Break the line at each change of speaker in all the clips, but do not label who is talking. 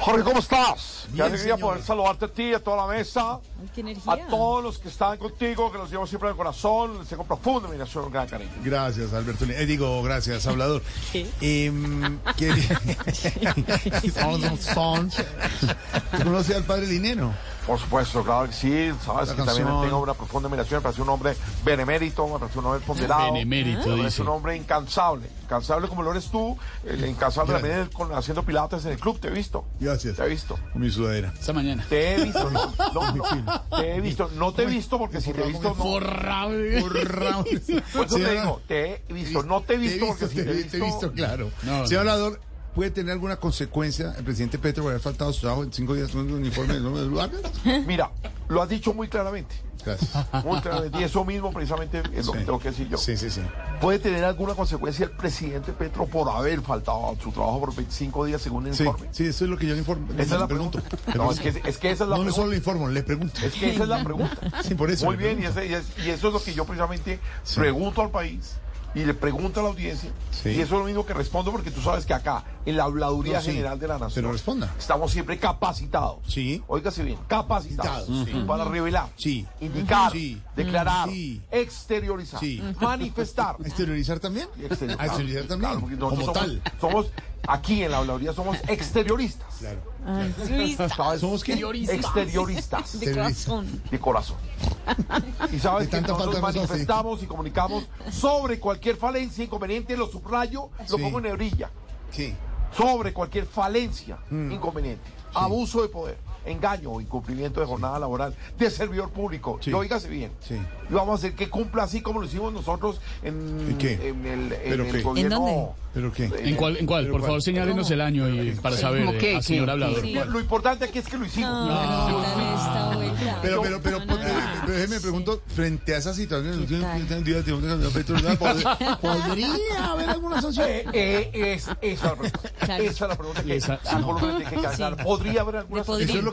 Jorge, ¿cómo estás? Qué
Bien,
alegría
señor.
poder saludarte a ti, a toda la mesa,
qué energía.
a todos los que están contigo, que los llevo siempre en el corazón, les tengo profunda admiración, un gran cariño.
Gracias, Alberto. Eh, digo, gracias, hablador. Em, ¿Qué? ¿Tú conoces al padre Linero?
Por supuesto, claro que sí, sabes
La
que también
canción.
le tengo una profunda admiración, me parece un hombre benemérito, me parece un hombre ponderado,
Benemérito,
me
dice.
parece un hombre incansable, incansable como lo eres tú, eh, incansable también con- haciendo pilates en el club, te he visto.
Gracias.
Te he visto.
Con mi sudadera.
Esta mañana.
Te he visto, no, no, no, te he visto, no te he visto porque si te he visto no,
Por
Por eso te digo, te he visto, no te he visto, porque si
te,
te he
vi- te he visto, claro.
No,
señor hablador, ¿puede tener alguna consecuencia el presidente Petro por haber faltado a su trabajo en cinco días con el uniforme del nombre del lugar?
Mira, lo has dicho muy claramente.
Gracias.
Muy claramente. Y eso mismo precisamente es lo que
Sí.
tengo que decir yo.
Sí, sí, sí.
¿Puede tener alguna consecuencia el presidente Petro por haber faltado a su trabajo por 25 días según el
Sí,
informe?
sí, eso es lo que yo le informo.
Esa es la
le pregunto.
pregunta.
Le
No, es que,
pregunto.
es que esa es la
No, no solo
pregunta.
le informo, le pregunto.
Es que esa es la pregunta.
Sí, por eso
Muy
le
bien, y,
pregunto.
ese- y es- y eso es lo que yo precisamente
Sí.
pregunto al país y le pregunto a la audiencia.
Sí.
Y eso es lo mismo que respondo porque tú sabes que acá, en la Habladuría
No, sí,
General de la Nación,
pero responda.
estamos siempre capacitados.
Sí.
Óigase bien, capacitados.
Capacitados, sí.
Para revelar,
Sí.
indicar,
Sí.
declarar,
Sí.
exteriorizar,
Sí.
manifestar.
¿Exteriorizar también?
y exteriorizar.
Ah, exteriorizar también.
Claro, porque
como
nosotros
tal.
somos, somos- aquí en la Habladuría somos exterioristas.
Claro.
¿sabes?
¿Somos qué?
Exterioristas
De corazón.
de corazón. Y sabes
De
que
tanta
nosotros
falta nos hace.
manifestamos y comunicamos sobre cualquier falencia, inconveniente, lo subrayo, lo
Sí.
pongo en orilla.
Sí.
Sobre cualquier falencia,
Mm.
inconveniente, abuso de poder, engaño o incumplimiento de jornada laboral de servidor público.
Sí.
Y óigase bien.
Sí.
Y vamos a hacer que cumpla así como lo hicimos nosotros en,
¿En qué?
en el, en
¿Pero
el
qué? ¿En
gobierno.
dónde?
¿Pero qué?
¿En cuál? ¿En cuál? Por favor, señálenos el año y para saber,
¿Cómo qué,
eh, a señor
qué?
hablador.
Sí.
Lo importante aquí es que lo hicimos.
Pero, pero, pero, pero, pero déjeme pregunto, frente a esa situación, no
¿Qué
tiene-
tal?
no tiene un día de tiempo de Petro, ¿verdad? ¿Pod- ¿podría haber alguna sanción?
Eh, eh, es, esa es la pregunta.
Claro.
Esa es la pregunta que,
Esa-
ah, por lo menos tiene que cargar. ¿Podría haber alguna
De podría.
Eso es lo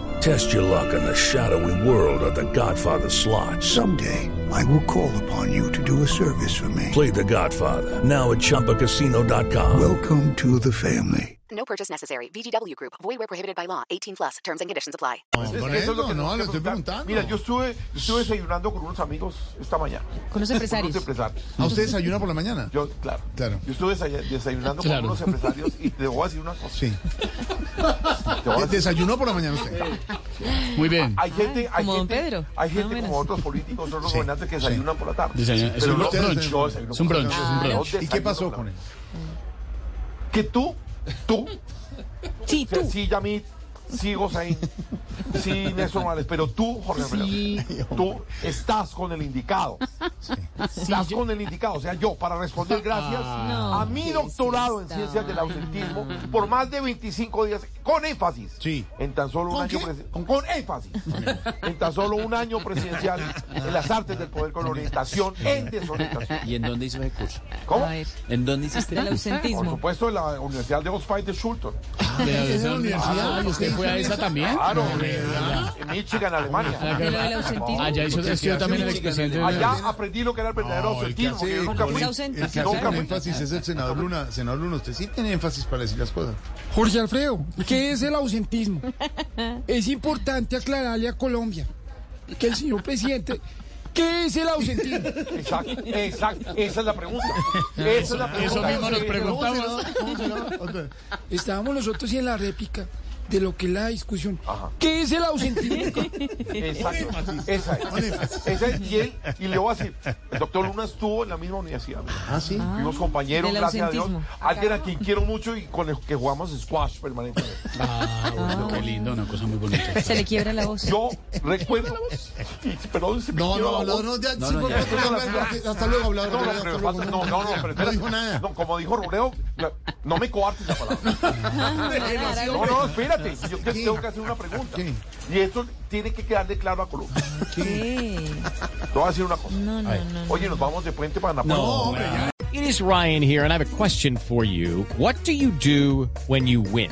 Test your luck in the shadowy world of The Godfather slot.
Someday, I will call upon you to do a service for me.
Play The Godfather now at ChumbaCasino.com.
Welcome to the family.
No purchase necessary. VGW Group. Void where prohibited by law. 18 plus. Terms and conditions apply.
No,
Es
con
que eso es
eso,
lo que
no,
tenemos
le
que
estoy
preguntar.
preguntando.
Mira, yo estuve, yo estuve desayunando con unos amigos esta mañana.
Con los
Con
empresarios.
unos empresarios.
¿A usted desayuna por la mañana?
Yo, claro.
Claro.
Yo estuve desay- desayunando
Claro.
con unos empresarios y te voy a decir una cosa.
Sí.
Te voy a decir-
¿Desayunó por la mañana usted?
Muy bien.
Hay gente, hay
como don
gente,
Pedro, Ah,
hay
más o
gente como
menos.
otros políticos, otros
Sí,
gobernantes que
sí.
desayunan por la tarde.
Desayunan- es
Pero
un
no- yo
brunch,
un
desayuno
brunch,
por la
es un
tarde.
brunch.
Yo
¿Y qué
desayuno
pasó
por la
con él?
tarde. Que tú, tú,
Sí, tú.
sí, Yamit, sí, Gosaín, sí, Néstor Morales, pero tú, Jorge Alfredo, tú estás con el indicado. Estás con el indicado. O sea, yo, para responder gracias
Ah. No,
a mi
qué
doctorado en
desgracia.
ciencias del ausentismo por más de 25 días, con énfasis.
Sí.
En tan solo un
¿Con
año
qué?
presi- con, énfasis. En tan solo un año presidencial en las artes del poder con orientación en desorientación.
¿Y en dónde hizo ese curso?
¿Cómo?
A ver,
¿En dónde hiciste?
del
Por
ausentismo.
supuesto, en la Universidad de Oxford de Schulton.
¿Es en la universidad?
Ah, ¿y ¿Usted fue a esa también?
Claro, Ah, en Michigan, Alemania.
De lo del ausentismo.
Allá Ah, hizo estudió también el expresidente. de-
Allá aprendí lo que era el verdadero
No, el que
ausentismo, que
hace,
yo nunca
con-
fui.
el que
ausente.
hace
Nunca
con
fui.
énfasis es el senador Luna. Senador Luna, usted sí tiene énfasis para decir las cosas.
Jorge Alfredo, ¿qué es el ausentismo? Es importante aclararle a Colombia que el señor presidente, ¿qué es el ausentismo?
Exacto, exacto. Esa es la pregunta. Esa es la pregunta.
Eso mismo nos preguntamos.
¿Cómo será? Otra vez.
Estábamos nosotros en la réplica de lo que es la discusión. ¿Qué es el ausentismo?
Exacto. Esa es. Esa es. Y, él- y le voy a decir, el doctor Luna estuvo en la misma universidad. Ah, sí. Unos compañeros,
Del
gracias a Dios.
ausentismo.
Alguien a quien quiero mucho y con el que jugamos squash permanentemente.
Ah, bueno, qué lindo, una cosa muy bonita.
Se le quiebra la voz.
Yo recuerdo. Sí, Perdón, se me
No,
quiebra
no,
la
no,
voz.
no, ya,
No,
sí,
no,
por
ya.
favor, hasta luego, hablador.
No, no,
hasta
pero
luego,
falta- no, no, no, pero
No
espérate.
dijo nada.
No, como dijo Robledo, la- no me coartes la palabra.
Ah,
No, no, espérate. Yo te tengo que hacer una pregunta.
¿Qué?
Y esto tiene que quedarle claro a Colombia.
¿Qué?
Te voy a decir una cosa.
No, no, no.
Oye, nos vamos de puente para Napoli.
It is Ryan here, and I have a question for you. What do you do when you win?